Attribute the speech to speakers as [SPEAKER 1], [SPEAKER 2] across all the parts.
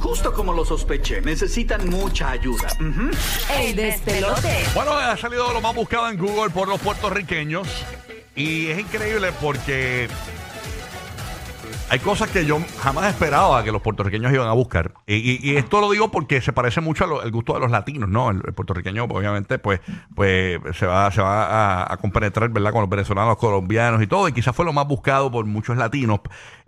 [SPEAKER 1] Justo como lo sospeché, necesitan mucha ayuda. Ujú.
[SPEAKER 2] El despelote.
[SPEAKER 3] Bueno, ha salido lo más buscado en Google por los puertorriqueños. Y es increíble porque hay cosas que yo jamás esperaba que los puertorriqueños iban a buscar. Y, y- y esto lo digo porque se parece mucho al gusto de los latinos, ¿no? El, el puertorriqueño, pues, obviamente, pues, pues se va, se va a, a compenetrar, ¿verdad? Con los venezolanos, colombianos y todo. Y quizás fue lo más buscado por muchos latinos.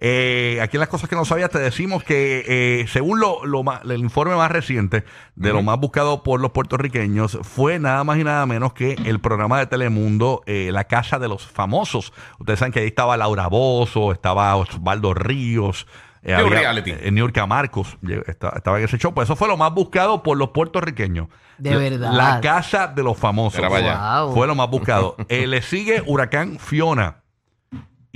[SPEAKER 3] Eh, aquí en las cosas que no sabías te decimos que, eh, según lo, lo más- el informe más reciente de lo más buscado por los puertorriqueños, fue nada más y nada menos que el programa de Telemundo, eh, La Casa de los Famosos. Ustedes saben que ahí estaba Laura Bozo, estaba Osvaldo Ríos. eh,
[SPEAKER 4] New reality.
[SPEAKER 3] eh, New York Marcos eh, esta- estaba en ese show. Pues eso fue lo más buscado por los puertorriqueños.
[SPEAKER 2] De
[SPEAKER 3] La-
[SPEAKER 2] verdad.
[SPEAKER 3] La Casa de los Famosos.
[SPEAKER 4] Era para allá.
[SPEAKER 2] Wow.
[SPEAKER 3] Fue lo más buscado. Eh, le sigue Huracán Fiona.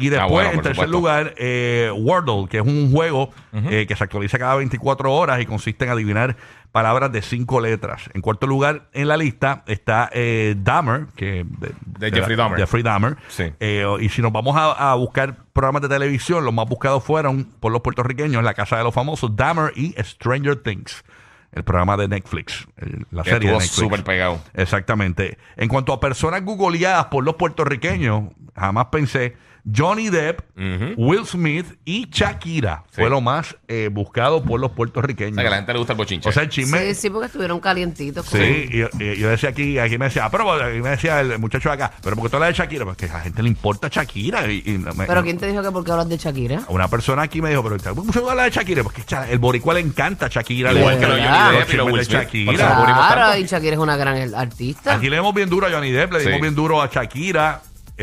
[SPEAKER 3] Y después,
[SPEAKER 4] Ah, bueno,
[SPEAKER 3] en
[SPEAKER 4] por
[SPEAKER 3] tercer
[SPEAKER 4] supuesto.
[SPEAKER 3] lugar, eh, Wordle, que es un juego eh, que se actualiza cada 24 horas y consiste en adivinar palabras de cinco letras. En cuarto lugar en la lista está eh, Dahmer, que... De,
[SPEAKER 4] De Jeffrey Dahmer.
[SPEAKER 3] Jeffrey Dahmer.
[SPEAKER 4] Sí.
[SPEAKER 3] Eh, y si nos vamos a, a buscar programas de televisión, los más buscados fueron por los puertorriqueños, La Casa de los Famosos, Dahmer y Stranger Things, el programa de Netflix, el- la
[SPEAKER 4] Que
[SPEAKER 3] serie de
[SPEAKER 4] estuvo
[SPEAKER 3] Netflix.
[SPEAKER 4] súper pegado.
[SPEAKER 3] Exactamente. En cuanto a personas googleadas por los puertorriqueños, jamás pensé. Johnny Depp, Will Smith y Shakira fue lo más eh, buscado por los
[SPEAKER 4] O
[SPEAKER 3] puertorriqueños.
[SPEAKER 4] sea, que a la gente le gusta el bochinche.
[SPEAKER 3] O sea, el chisme.
[SPEAKER 2] Sí, sí, porque estuvieron calientitos.
[SPEAKER 3] Sí, y- y yo decía aquí, aquí me decía, ah, pero aquí me decía el muchacho de acá, pero porque tú hablas de Shakira, porque a la gente le importa Shakira. y- y no me-
[SPEAKER 2] Pero ¿quién te dijo que por qué hablas de Shakira?
[SPEAKER 3] Una persona aquí me dijo, pero ¿cómo habla de Shakira? Porque cha- el boricua le encanta Shakira.
[SPEAKER 4] Igual
[SPEAKER 3] le
[SPEAKER 2] que lo de
[SPEAKER 3] encanta
[SPEAKER 2] Johnny
[SPEAKER 3] los
[SPEAKER 4] Depp y lo
[SPEAKER 3] chismes
[SPEAKER 4] Will
[SPEAKER 3] de
[SPEAKER 4] Smith.
[SPEAKER 3] Shakira.
[SPEAKER 4] Por favor.
[SPEAKER 2] Claro, y Shakira es una gran artista.
[SPEAKER 3] Aquí le dimos bien duro a Johnny Depp, le dimos
[SPEAKER 4] Sí.
[SPEAKER 3] bien duro a Shakira,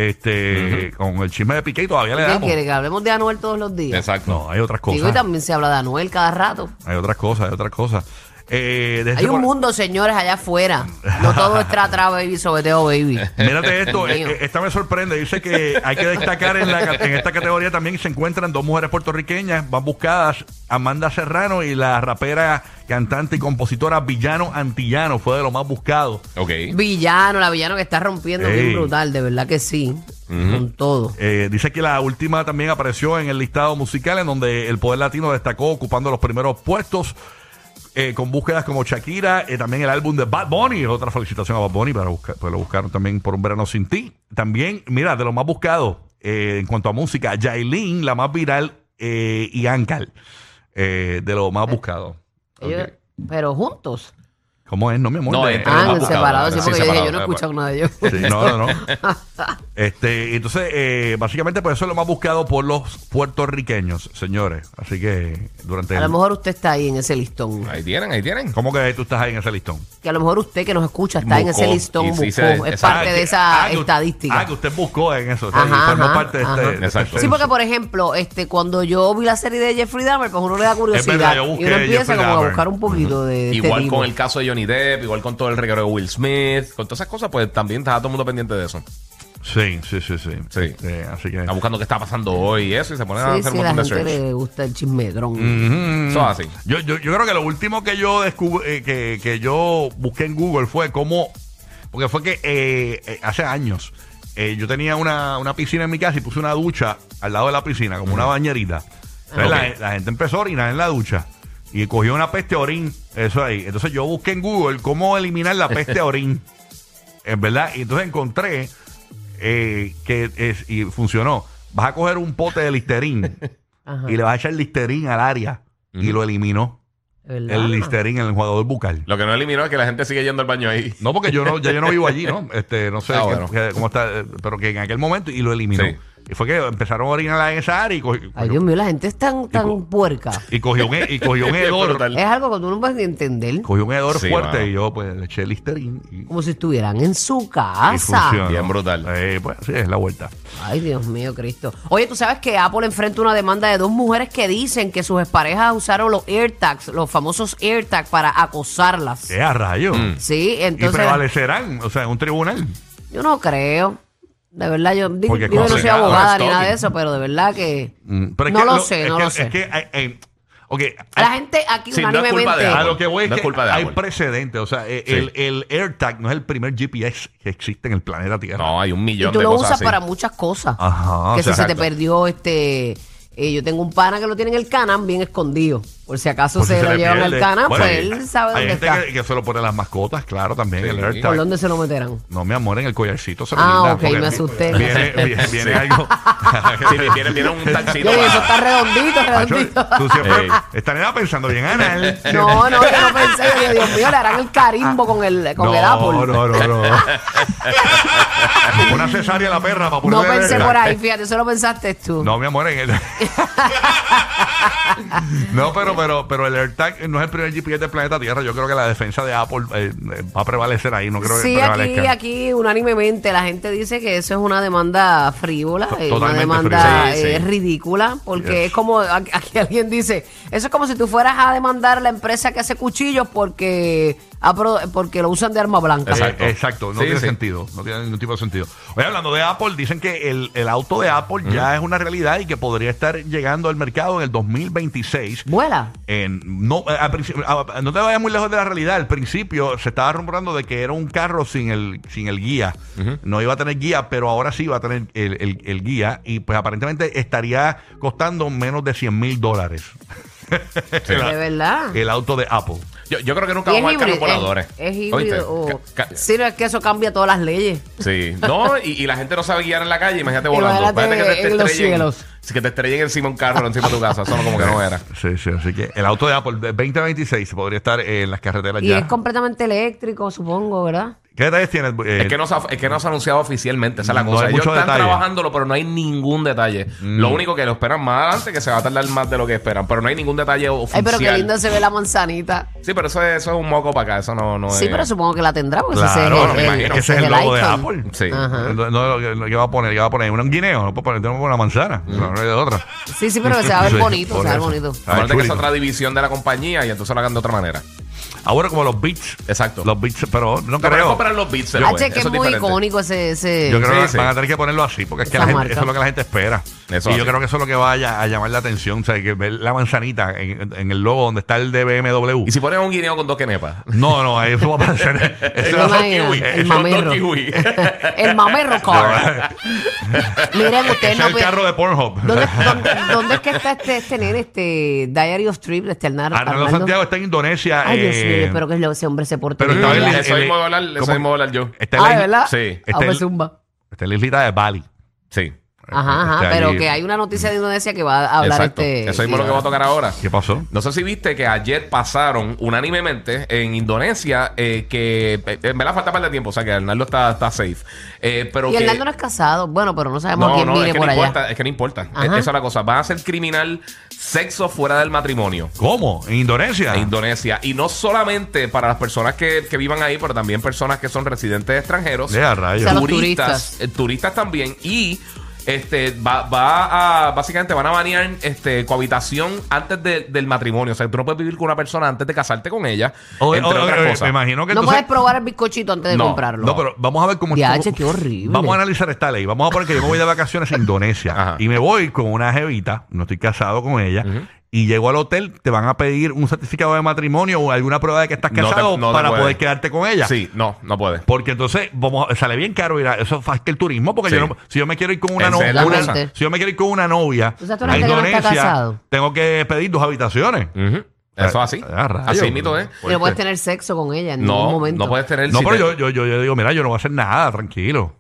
[SPEAKER 3] este, con el chisme de Piqué y todavía le
[SPEAKER 2] ¿Qué
[SPEAKER 3] damos.
[SPEAKER 2] quiere? Que hablemos de Anuel todos los días.
[SPEAKER 4] Exacto.
[SPEAKER 3] No, hay otras
[SPEAKER 2] Digo, y
[SPEAKER 3] cosas.
[SPEAKER 2] también se habla de Anuel cada rato.
[SPEAKER 3] Hay otras cosas, hay otras cosas. Eh, de
[SPEAKER 2] Hay
[SPEAKER 3] este
[SPEAKER 2] un
[SPEAKER 3] por-
[SPEAKER 2] mundo, señores, allá afuera. No todo es tra, tra, baby, sobeteo, baby.
[SPEAKER 3] Mírate esto,
[SPEAKER 2] Dios mío.
[SPEAKER 3] eh, esta me sorprende. Dice que hay que destacar en, la- en esta categoría también se encuentran dos mujeres puertorriqueñas, van buscadas, Amanda Serrano y la rapera, cantante y compositora Villano Antillano, fue de lo más buscado.
[SPEAKER 4] Ok.
[SPEAKER 2] Villano, la villano que está rompiendo
[SPEAKER 3] Ey.
[SPEAKER 2] bien brutal, de verdad que sí. Con todo.
[SPEAKER 3] Eh, dice que la última también apareció en el listado musical en donde el poder latino destacó ocupando los primeros puestos eh, con búsquedas como Shakira, eh, también el álbum de Bad Bunny, otra felicitación a Bad Bunny, para buscar, pues lo buscaron también por un verano sin ti. También, mira, de lo más buscado eh, en cuanto a música, Yailin, la más viral, eh, y Ankal, eh, de lo más buscado.
[SPEAKER 2] Ellos-
[SPEAKER 3] Ok.
[SPEAKER 2] Pero juntos.
[SPEAKER 3] ¿Cómo es? No, mi amor.
[SPEAKER 4] No,
[SPEAKER 3] de-
[SPEAKER 4] entre
[SPEAKER 3] de lo
[SPEAKER 2] Ah,
[SPEAKER 4] más
[SPEAKER 2] en
[SPEAKER 4] buscado,
[SPEAKER 2] separados, sí,
[SPEAKER 4] sí,
[SPEAKER 2] porque yo dije, yo no he
[SPEAKER 4] separado,
[SPEAKER 2] escuchado nada de ellos.
[SPEAKER 3] Sí, no, no, no. Este, entonces, eh, básicamente, por eso es lo más buscado por los puertorriqueños, señores. Así que durante.
[SPEAKER 2] A lo
[SPEAKER 3] el-
[SPEAKER 2] mejor usted está ahí en ese listón.
[SPEAKER 4] Ahí tienen, ahí tienen.
[SPEAKER 3] ¿Cómo que tú estás ahí en ese listón?
[SPEAKER 2] Que a lo mejor usted que nos escucha está en ese
[SPEAKER 4] Buscó,
[SPEAKER 2] listón,
[SPEAKER 4] y
[SPEAKER 2] buscó.
[SPEAKER 4] sí
[SPEAKER 2] Es
[SPEAKER 4] se- exacto.
[SPEAKER 2] parte de
[SPEAKER 3] Ah, que-
[SPEAKER 2] esa
[SPEAKER 3] que-
[SPEAKER 2] estadística.
[SPEAKER 3] Ah, que usted buscó en eso.
[SPEAKER 2] Ajá,
[SPEAKER 3] y forma
[SPEAKER 2] ajá,
[SPEAKER 3] parte de este.
[SPEAKER 2] ajá.
[SPEAKER 3] de este
[SPEAKER 4] Exacto.
[SPEAKER 2] Sí,
[SPEAKER 3] censo.
[SPEAKER 2] porque por ejemplo, este, cuando yo vi la serie de Jeffrey Dahmer, pues uno le da curiosidad
[SPEAKER 3] verdad, yo
[SPEAKER 2] y
[SPEAKER 3] busqué
[SPEAKER 2] uno empieza
[SPEAKER 3] Jeffrey
[SPEAKER 2] como a
[SPEAKER 3] Dahmer.
[SPEAKER 2] buscar un poquito de este
[SPEAKER 4] Igual
[SPEAKER 2] tipo.
[SPEAKER 4] con el caso de Johnny Depp, igual con todo el reguero de Will Smith, con todas esas cosas, pues también está todo el mundo pendiente de eso.
[SPEAKER 3] Sí, sí, sí, sí.
[SPEAKER 4] Sí. Ah,
[SPEAKER 3] Eh, así que.
[SPEAKER 4] Está buscando qué está pasando hoy y eso, y se ponen a
[SPEAKER 2] Sí,
[SPEAKER 4] hacer
[SPEAKER 2] sí,
[SPEAKER 4] un
[SPEAKER 2] la
[SPEAKER 4] montón de
[SPEAKER 2] gente
[SPEAKER 4] search.
[SPEAKER 2] le gusta el chismedrón.
[SPEAKER 3] Ujú.
[SPEAKER 4] Eso es así.
[SPEAKER 3] Yo, yo, yo creo que lo último que yo descub- eh, que, que yo busqué en Google fue cómo. Porque fue que eh, eh, hace años eh, yo tenía una, una piscina en mi casa y puse una ducha al lado de la piscina, como una bañerita. Entonces la-
[SPEAKER 4] Ok.
[SPEAKER 3] la, gente empezó a orinar en la ducha y cogió una peste orín. Eso ahí. Entonces yo busqué en Google cómo eliminar la peste orín. Es verdad. Y entonces encontré eh, que es, y funcionó. Vas a coger un pote de listerín
[SPEAKER 2] Ajá,
[SPEAKER 3] y le vas a echar listerín al área y lo eliminó.
[SPEAKER 2] de verdad.
[SPEAKER 3] El listerín, el enjuagador bucal.
[SPEAKER 4] Lo que no eliminó es que la gente sigue yendo al baño ahí.
[SPEAKER 3] No, porque yo no, ya yo no vivo allí, ¿no? Este, no sé
[SPEAKER 4] Ah,
[SPEAKER 3] qué-
[SPEAKER 4] bueno.
[SPEAKER 3] qué- cómo está, eh, pero que en aquel momento y lo eliminó.
[SPEAKER 4] Sí.
[SPEAKER 3] Y fue que empezaron a orinar en esa área y cogió,
[SPEAKER 2] Ay, Dios mío, la gente es tan, tan
[SPEAKER 3] co-
[SPEAKER 2] puerca.
[SPEAKER 3] y cogió un, e, y cogió un
[SPEAKER 4] Qué
[SPEAKER 3] hedor.
[SPEAKER 4] brutal.
[SPEAKER 2] Es algo que tú no puedes ni entender.
[SPEAKER 3] cogió un hedor
[SPEAKER 4] Sí,
[SPEAKER 3] fuerte
[SPEAKER 4] mano.
[SPEAKER 3] y yo pues le eché listerín y, y
[SPEAKER 2] Como si estuvieran en su casa.
[SPEAKER 3] funcionó.
[SPEAKER 4] Bien brutal.
[SPEAKER 3] Eh, pues sí, es la vuelta.
[SPEAKER 2] Ay, Dios mío, Cristo. Oye, tú sabes que Apple enfrenta una demanda de dos mujeres que dicen que sus parejas usaron los AirTags, los famosos AirTags, para acosarlas.
[SPEAKER 3] Es a rayo.
[SPEAKER 2] Sí,
[SPEAKER 3] Y
[SPEAKER 2] entonces.
[SPEAKER 3] prevalecerán, o sea, en un tribunal.
[SPEAKER 2] Yo no creo. De verdad, yo digo,
[SPEAKER 3] Porque
[SPEAKER 2] digo que no soy
[SPEAKER 4] complicado,
[SPEAKER 2] abogada
[SPEAKER 4] es
[SPEAKER 2] ni nada de
[SPEAKER 4] stalking.
[SPEAKER 2] eso, pero de verdad que.
[SPEAKER 3] Mm, pero es
[SPEAKER 2] no
[SPEAKER 3] que
[SPEAKER 2] lo sé,
[SPEAKER 3] es
[SPEAKER 2] no
[SPEAKER 3] que-
[SPEAKER 2] lo sé.
[SPEAKER 3] Es que, eh, eh, ok,
[SPEAKER 2] la
[SPEAKER 3] hay-
[SPEAKER 2] gente aquí
[SPEAKER 4] Sí, no es culpa de
[SPEAKER 2] unánimemente.
[SPEAKER 3] A
[SPEAKER 4] Apple.
[SPEAKER 3] Ah, lo que voy es
[SPEAKER 4] No es
[SPEAKER 3] que
[SPEAKER 4] culpa de
[SPEAKER 3] hay
[SPEAKER 4] Apple.
[SPEAKER 3] precedentes. O sea, eh,
[SPEAKER 4] Sí.
[SPEAKER 3] el, el AirTag no es el primer GPS que existe en el planeta Tierra.
[SPEAKER 4] No, hay un millón
[SPEAKER 2] y tú
[SPEAKER 4] de
[SPEAKER 2] lo
[SPEAKER 4] cosas
[SPEAKER 2] usas
[SPEAKER 4] así.
[SPEAKER 2] para muchas cosas.
[SPEAKER 3] Ajá,
[SPEAKER 2] que
[SPEAKER 3] o sea,
[SPEAKER 2] si se te
[SPEAKER 4] exacto.
[SPEAKER 2] perdió este Eh, yo tengo un pana que lo tiene en el Canam bien escondido. Por si acaso
[SPEAKER 3] Por si
[SPEAKER 4] Pues
[SPEAKER 2] se, lo
[SPEAKER 3] le
[SPEAKER 2] llevan
[SPEAKER 3] pierde.
[SPEAKER 2] al Canam,
[SPEAKER 3] Bueno,
[SPEAKER 2] pues
[SPEAKER 3] hay-
[SPEAKER 2] él sabe
[SPEAKER 3] Hay
[SPEAKER 2] dónde
[SPEAKER 3] gente
[SPEAKER 2] está.
[SPEAKER 3] Que, que se lo pone a las mascotas, claro, también.
[SPEAKER 4] Sí.
[SPEAKER 3] el AirTag.
[SPEAKER 2] ¿Por dónde se lo meterán?
[SPEAKER 3] No, mi amor, en el collarcito se lo
[SPEAKER 2] Ah,
[SPEAKER 3] guindan,
[SPEAKER 2] ok,
[SPEAKER 3] porque
[SPEAKER 2] me asusté.
[SPEAKER 3] Viene, viene, viene algo.
[SPEAKER 4] Sí, viene, viene un taxito.
[SPEAKER 2] Yo digo,
[SPEAKER 4] para-
[SPEAKER 2] eso está redondito,
[SPEAKER 3] Macho,
[SPEAKER 2] redondito.
[SPEAKER 3] tú siempre
[SPEAKER 4] Ey.
[SPEAKER 3] estarás pensando bien anal.
[SPEAKER 2] No, no, yo no pensé, yo digo, Dios mío, le harán el carimbo con el, con el Apple.
[SPEAKER 3] No, no, no, no. Una cesárea a la perra para
[SPEAKER 2] No
[SPEAKER 3] ponerle-
[SPEAKER 2] pensé por ahí, fíjate, eso lo pensaste tú.
[SPEAKER 3] No, mi amor, en el. no, pero, pero, pero el AirTag no es el primer GPS del planeta Tierra. Yo creo que la defensa de Apple eh, eh, va a prevalecer ahí. No creo
[SPEAKER 2] Sí,
[SPEAKER 3] que
[SPEAKER 2] aquí,
[SPEAKER 3] prevalezca. Eh,
[SPEAKER 2] aquí unánimemente la gente dice que eso es una demanda frívola,
[SPEAKER 3] To-
[SPEAKER 2] eh, una
[SPEAKER 3] totalmente
[SPEAKER 2] demanda
[SPEAKER 4] frívola. Sí,
[SPEAKER 2] eh,
[SPEAKER 4] sí.
[SPEAKER 2] ridícula, porque
[SPEAKER 3] Yes.
[SPEAKER 2] es como aquí aquí alguien dice, eso es como si tú fueras a demandar a la empresa que hace cuchillos porque, ha pro- porque lo usan de arma blanca.
[SPEAKER 3] Eh,
[SPEAKER 4] Exacto.
[SPEAKER 3] Exacto. no
[SPEAKER 4] Sí,
[SPEAKER 3] tiene
[SPEAKER 4] sí.
[SPEAKER 3] sentido, no tiene ningún tipo de sentido. Oye, hablando de Apple, dicen que el, el auto de Apple ya es una realidad y que podría estar llegando al mercado en el 2026.
[SPEAKER 2] Vuela.
[SPEAKER 3] En- no, eh, al principio- a- a- no te vayas muy lejos de la realidad. Al principio se estaba rumorando de que era un carro sin el, sin el guía. No iba a tener guía, pero ahora sí va a tener el, el- el guía. Y pues aparentemente estaría costando menos de 100 mil dólares
[SPEAKER 4] Sí.
[SPEAKER 2] De verdad.
[SPEAKER 3] el auto de Apple.
[SPEAKER 4] Yo, yo creo que nunca
[SPEAKER 2] Y es
[SPEAKER 4] vamos a ver carros
[SPEAKER 2] híbrido, es-
[SPEAKER 4] voladores.
[SPEAKER 2] Es, híbrido.
[SPEAKER 4] eh. ¿Oíste?
[SPEAKER 2] o-
[SPEAKER 4] Ca- ca-
[SPEAKER 2] Sí, no, es que eso cambia todas las leyes.
[SPEAKER 4] Sí, no, y, y la gente no sabe guiar en la calle, imagínate volando.
[SPEAKER 2] Imagínate en los
[SPEAKER 4] estrellen-
[SPEAKER 2] cielos.
[SPEAKER 4] sí, que te estrellen encima un carro, encima de tu casa, eso no como que no era.
[SPEAKER 3] Sí, sí, así que el auto de Apple de 2026 podría estar en las carreteras
[SPEAKER 2] Y
[SPEAKER 3] Pues ya.
[SPEAKER 2] es completamente eléctrico, supongo, ¿verdad?
[SPEAKER 3] ¿Qué detalles tienes? eh,
[SPEAKER 4] Es que, no se, ha- es que no se ha anunciado oficialmente, esa es la
[SPEAKER 3] No
[SPEAKER 4] cosa.
[SPEAKER 3] hay
[SPEAKER 4] Ellos
[SPEAKER 3] mucho
[SPEAKER 4] están
[SPEAKER 3] detalle. Mm.
[SPEAKER 4] trabajándole, pero no hay ningún detalle. Lo único que lo esperan más adelante, que se va a tardar más de lo que esperan, pero no hay ningún detalle oficial.
[SPEAKER 2] Ay, pero qué lindo se ve la manzanita.
[SPEAKER 4] Sí, pero eso es, eso es un moco para acá, eso no, no
[SPEAKER 2] Sí,
[SPEAKER 4] es.
[SPEAKER 2] pero supongo que la tendrá, porque pues, ese es
[SPEAKER 3] Claro,
[SPEAKER 2] el-
[SPEAKER 4] no, me
[SPEAKER 2] el-
[SPEAKER 4] imagino.
[SPEAKER 3] ese es el, logo de Apple.
[SPEAKER 4] Sí.
[SPEAKER 2] Ajá.
[SPEAKER 3] No, no, no, no, ¿qué va a poner? ¿Qué va a poner? ¿Un guineo? No puedo poner, tengo que poner una manzana. No, no hay de otra.
[SPEAKER 2] Sí, sí, pero que se va a ver
[SPEAKER 3] Sí,
[SPEAKER 2] bonito,
[SPEAKER 3] por
[SPEAKER 2] se va a ver
[SPEAKER 3] eso.
[SPEAKER 2] bonito.
[SPEAKER 3] Ah,
[SPEAKER 4] Aparte que es
[SPEAKER 3] chulito.
[SPEAKER 4] otra división de la compañía y entonces lo hagan de otra manera.
[SPEAKER 3] Ahora como los beats.
[SPEAKER 4] Exacto.
[SPEAKER 3] Los beats, pero no
[SPEAKER 4] Pero
[SPEAKER 3] creo.
[SPEAKER 4] no comprar los beats,
[SPEAKER 2] Ah,
[SPEAKER 4] pero
[SPEAKER 2] che, que es muy icónico ese... ese-
[SPEAKER 3] Yo creo que
[SPEAKER 4] Sí, sí.
[SPEAKER 3] van a tener que ponerlo así, porque es que
[SPEAKER 2] Esa
[SPEAKER 3] la gente-
[SPEAKER 2] marca.
[SPEAKER 3] eso es lo que la gente espera.
[SPEAKER 4] Eso
[SPEAKER 3] y yo
[SPEAKER 4] así.
[SPEAKER 3] creo que eso es lo que va a, ll- a llamar la atención. O sea, que ver la manzanita en, en el logo donde está el de BMW.
[SPEAKER 4] Y si pones un guineo con dos quenepas.
[SPEAKER 3] No, no, eso va a parecer. eso
[SPEAKER 2] Yo
[SPEAKER 3] va a-
[SPEAKER 2] imagino,
[SPEAKER 4] kiwi,
[SPEAKER 2] el
[SPEAKER 4] son dos
[SPEAKER 2] mamerro.
[SPEAKER 4] kiwi.
[SPEAKER 2] el mamerro car. Miren, ustedes
[SPEAKER 3] Ese
[SPEAKER 2] no...
[SPEAKER 3] es el
[SPEAKER 2] ven-
[SPEAKER 3] carro de Pornhub.
[SPEAKER 2] ¿Dónde, dónde, dónde es que está este, este nene, este Diary of Trip, este Arnar-
[SPEAKER 3] Arnaldo Ah, Santiago está en Indonesia.
[SPEAKER 2] Ay, Dios mío,
[SPEAKER 3] eh,
[SPEAKER 2] yo espero que ese hombre se porte
[SPEAKER 3] pero
[SPEAKER 2] bien.
[SPEAKER 3] está bien,
[SPEAKER 2] ¿verdad?
[SPEAKER 3] el-
[SPEAKER 4] Eso
[SPEAKER 3] el-
[SPEAKER 4] mismo voy a hablar, eso
[SPEAKER 3] ¿cómo?
[SPEAKER 4] mismo voy a hablar yo.
[SPEAKER 3] está en la
[SPEAKER 2] Ah,
[SPEAKER 3] isla-
[SPEAKER 2] ¿verdad?
[SPEAKER 4] Sí.
[SPEAKER 2] Ah,
[SPEAKER 3] Está
[SPEAKER 2] pues
[SPEAKER 3] el-
[SPEAKER 2] zumba.
[SPEAKER 3] está en la islita de Bali.
[SPEAKER 4] Sí.
[SPEAKER 2] Ajá, ajá,
[SPEAKER 3] Está
[SPEAKER 2] pero
[SPEAKER 3] allí.
[SPEAKER 2] que hay una noticia de Indonesia que va a hablar
[SPEAKER 4] Este, Exacto.
[SPEAKER 2] este...
[SPEAKER 4] Eso mismo es lo que va a tocar ahora.
[SPEAKER 3] ¿Qué pasó?
[SPEAKER 4] No sé si viste que ayer pasaron unánimemente en Indonesia eh, que eh, en verdad falta par de tiempo, o sea que Arnaldo está, está safe. Eh, pero
[SPEAKER 2] Y
[SPEAKER 4] que,
[SPEAKER 2] Hernando no es casado. Bueno, pero no sabemos quién
[SPEAKER 4] es
[SPEAKER 2] viene
[SPEAKER 4] que
[SPEAKER 2] por
[SPEAKER 4] no
[SPEAKER 2] allá.
[SPEAKER 4] importa, es que no importa. E-
[SPEAKER 2] Ajá.
[SPEAKER 4] Esa es la cosa. Van a ser criminal sexo fuera del matrimonio.
[SPEAKER 3] ¿Cómo? ¿En Indonesia?
[SPEAKER 4] en Indonesia. Y no solamente para las personas que, que vivan ahí, pero también personas que son residentes extranjeros.
[SPEAKER 3] Ya, rayos.
[SPEAKER 2] O sea, los
[SPEAKER 4] turistas. eh, turistas también. Y este va, va a, básicamente van a banear este, cohabitación antes de- del matrimonio. O sea, tú no puedes vivir con una persona antes de casarte con ella.
[SPEAKER 3] O-
[SPEAKER 4] entre
[SPEAKER 3] o-
[SPEAKER 4] otras
[SPEAKER 3] o-
[SPEAKER 4] cosas.
[SPEAKER 3] Me imagino que
[SPEAKER 2] No
[SPEAKER 3] entonces-
[SPEAKER 2] puedes probar el bizcochito antes de
[SPEAKER 4] No,
[SPEAKER 2] comprarlo.
[SPEAKER 3] No, pero vamos a ver cómo
[SPEAKER 2] Diache,
[SPEAKER 3] cómo-
[SPEAKER 2] qué horrible.
[SPEAKER 3] Vamos a analizar esta ley. Vamos a poner que yo me voy de vacaciones a Indonesia
[SPEAKER 4] Ajá.
[SPEAKER 3] y me voy con una jevita, no estoy casado con ella. Y llego al hotel, te van a pedir un certificado de matrimonio o alguna prueba de que estás
[SPEAKER 4] No te-
[SPEAKER 3] casado
[SPEAKER 4] no te
[SPEAKER 3] para
[SPEAKER 4] puede.
[SPEAKER 3] poder quedarte con ella.
[SPEAKER 4] Sí, no, no puede.
[SPEAKER 3] Porque entonces vamos a- sale bien caro ir a eso es que el turismo, porque
[SPEAKER 4] Sí.
[SPEAKER 3] yo no- si yo me quiero ir con una
[SPEAKER 4] Esa es la
[SPEAKER 3] novia, una-
[SPEAKER 2] cosa.
[SPEAKER 3] si yo me quiero ir con una novia
[SPEAKER 2] O sea, tú eres
[SPEAKER 3] a
[SPEAKER 2] que no está
[SPEAKER 3] Indonesia,
[SPEAKER 2] casado.
[SPEAKER 3] tengo que pedir dos habitaciones.
[SPEAKER 4] Ujú. Eso es así.
[SPEAKER 3] Ah, rayos.
[SPEAKER 4] así mito, ¿eh?
[SPEAKER 2] Y no puedes tener sexo con ella en ningún
[SPEAKER 4] No,
[SPEAKER 2] momento.
[SPEAKER 4] no puedes tener.
[SPEAKER 3] No,
[SPEAKER 4] si
[SPEAKER 3] pero
[SPEAKER 4] te-
[SPEAKER 3] yo, yo, yo, yo digo, mira, yo no voy a hacer nada, tranquilo.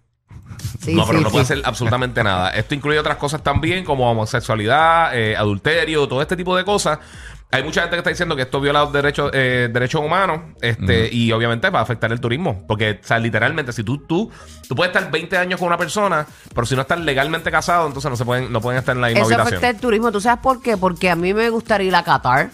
[SPEAKER 2] Sí,
[SPEAKER 4] no, pero
[SPEAKER 2] sí,
[SPEAKER 4] no
[SPEAKER 2] sí.
[SPEAKER 4] puede hacer absolutamente nada. Esto incluye otras cosas también, como homosexualidad, eh, adulterio, todo este tipo de cosas. Hay mucha gente que está diciendo que esto viola los derechos, eh, derechos humanos este, y obviamente va a afectar el turismo. Porque, o sea, literalmente, si tú, tú, tú puedes estar 20 años con una persona, pero si no estás legalmente casado, entonces no se pueden, no pueden estar en la misma
[SPEAKER 2] Eso
[SPEAKER 4] habitación.
[SPEAKER 2] afecta el turismo. ¿Tú sabes por qué? Porque a mí me gustaría ir a Qatar.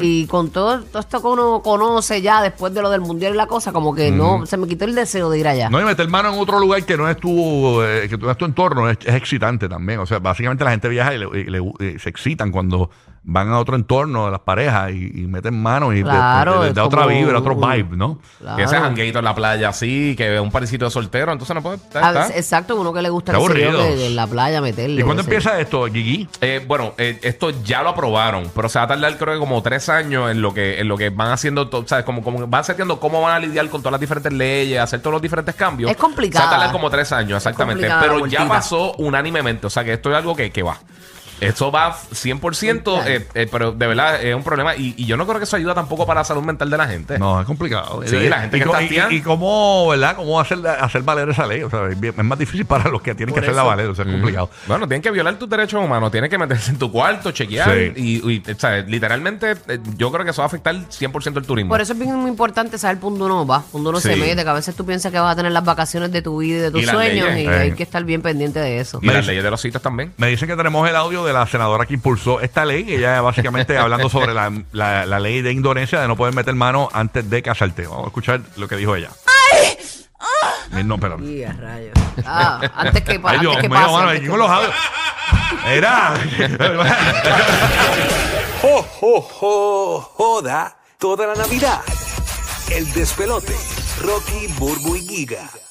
[SPEAKER 2] Y con todo, todo esto que uno conoce ya después de lo del mundial y la cosa, como que no se me quitó el deseo de ir allá.
[SPEAKER 3] No, y meter mano en otro lugar que no es tu, eh, que no es tu entorno, es, es excitante también. O sea, básicamente la gente viaja y, le- y le- y se excitan cuando van a otro entorno, las parejas, y, y meten mano y te-
[SPEAKER 2] Claro,
[SPEAKER 3] te- te
[SPEAKER 2] es
[SPEAKER 3] da otra
[SPEAKER 2] como
[SPEAKER 3] vibra, otro
[SPEAKER 2] un-
[SPEAKER 3] vibe, ¿no?
[SPEAKER 2] Claro.
[SPEAKER 4] Que ese jangueito en la playa así, que ve un parecito de soltero, entonces no puede estar.
[SPEAKER 2] A veces- exacto, uno que le gusta
[SPEAKER 3] Qué
[SPEAKER 2] qué sé yo,
[SPEAKER 3] aburrido.
[SPEAKER 2] que en la playa meterle.
[SPEAKER 3] ¿Y
[SPEAKER 2] qué
[SPEAKER 3] cuándo
[SPEAKER 2] sé yo.
[SPEAKER 3] empieza esto, Gigi?
[SPEAKER 4] Eh, bueno, eh, esto ya lo aprobaron, pero se va a tardar creo que como tres años en lo que, en lo que van haciendo, to- ¿sabes? Como, como van seteando cómo van a lidiar con todas las diferentes leyes, hacer todos los diferentes cambios.
[SPEAKER 2] Es complicado.
[SPEAKER 4] Se va a tardar como tres años, exactamente.
[SPEAKER 2] complicada la
[SPEAKER 4] Pero ya
[SPEAKER 2] vueltita.
[SPEAKER 4] pasó unánimemente, o sea que esto es algo que, que va. Eso va 100%, eh, eh, pero de verdad es un problema. Y, y yo no creo que eso ayuda tampoco para la salud mental de la gente.
[SPEAKER 3] No, es complicado.
[SPEAKER 4] Sí,
[SPEAKER 3] Eh,
[SPEAKER 4] la gente
[SPEAKER 3] y,
[SPEAKER 4] que
[SPEAKER 3] co-
[SPEAKER 4] está
[SPEAKER 3] y-
[SPEAKER 4] tía-
[SPEAKER 3] y, cómo, ¿verdad? Cómo hacer, hacer valer esa ley. O sea, es bien- es más difícil para los que tienen
[SPEAKER 4] Por
[SPEAKER 3] que hacerla
[SPEAKER 4] eso.
[SPEAKER 3] valer. O sea, es complicado.
[SPEAKER 4] Bueno, tienen que violar tus derechos humanos, tienen que meterse en tu cuarto, chequear.
[SPEAKER 3] Sí.
[SPEAKER 4] Y, y, o sea, literalmente, eh, yo creo que eso va a afectar 100% el turismo.
[SPEAKER 2] Por eso es bien muy importante saber por dónde uno va, por dónde uno se
[SPEAKER 3] Sí.
[SPEAKER 2] mete, que a veces tú piensas que vas a tener las vacaciones de tu vida y de tus
[SPEAKER 4] Y las
[SPEAKER 2] sueños
[SPEAKER 4] leyes.
[SPEAKER 2] y
[SPEAKER 3] Eh.
[SPEAKER 2] hay que estar bien pendiente de eso.
[SPEAKER 4] y las leyes de los sitios también.
[SPEAKER 3] Me dicen que tenemos el audio de la senadora que impulsó esta ley. Ella básicamente hablando sobre la, la- la ley de Indonesia de no poder meter mano antes de casarte. Vamos a escuchar lo que dijo ella. Eh, No, pero.
[SPEAKER 2] Y a rayos. Ah, antes que, pa-
[SPEAKER 3] Ay,
[SPEAKER 2] antes
[SPEAKER 3] Dios
[SPEAKER 2] que
[SPEAKER 3] mío,
[SPEAKER 2] pase.
[SPEAKER 3] mano,
[SPEAKER 2] antes
[SPEAKER 3] aquí
[SPEAKER 2] que
[SPEAKER 3] con los audios. Era.
[SPEAKER 5] ¡Jo, jo, jo! Joda toda la Navidad. El despelote. Rocky, Burbu y Giga.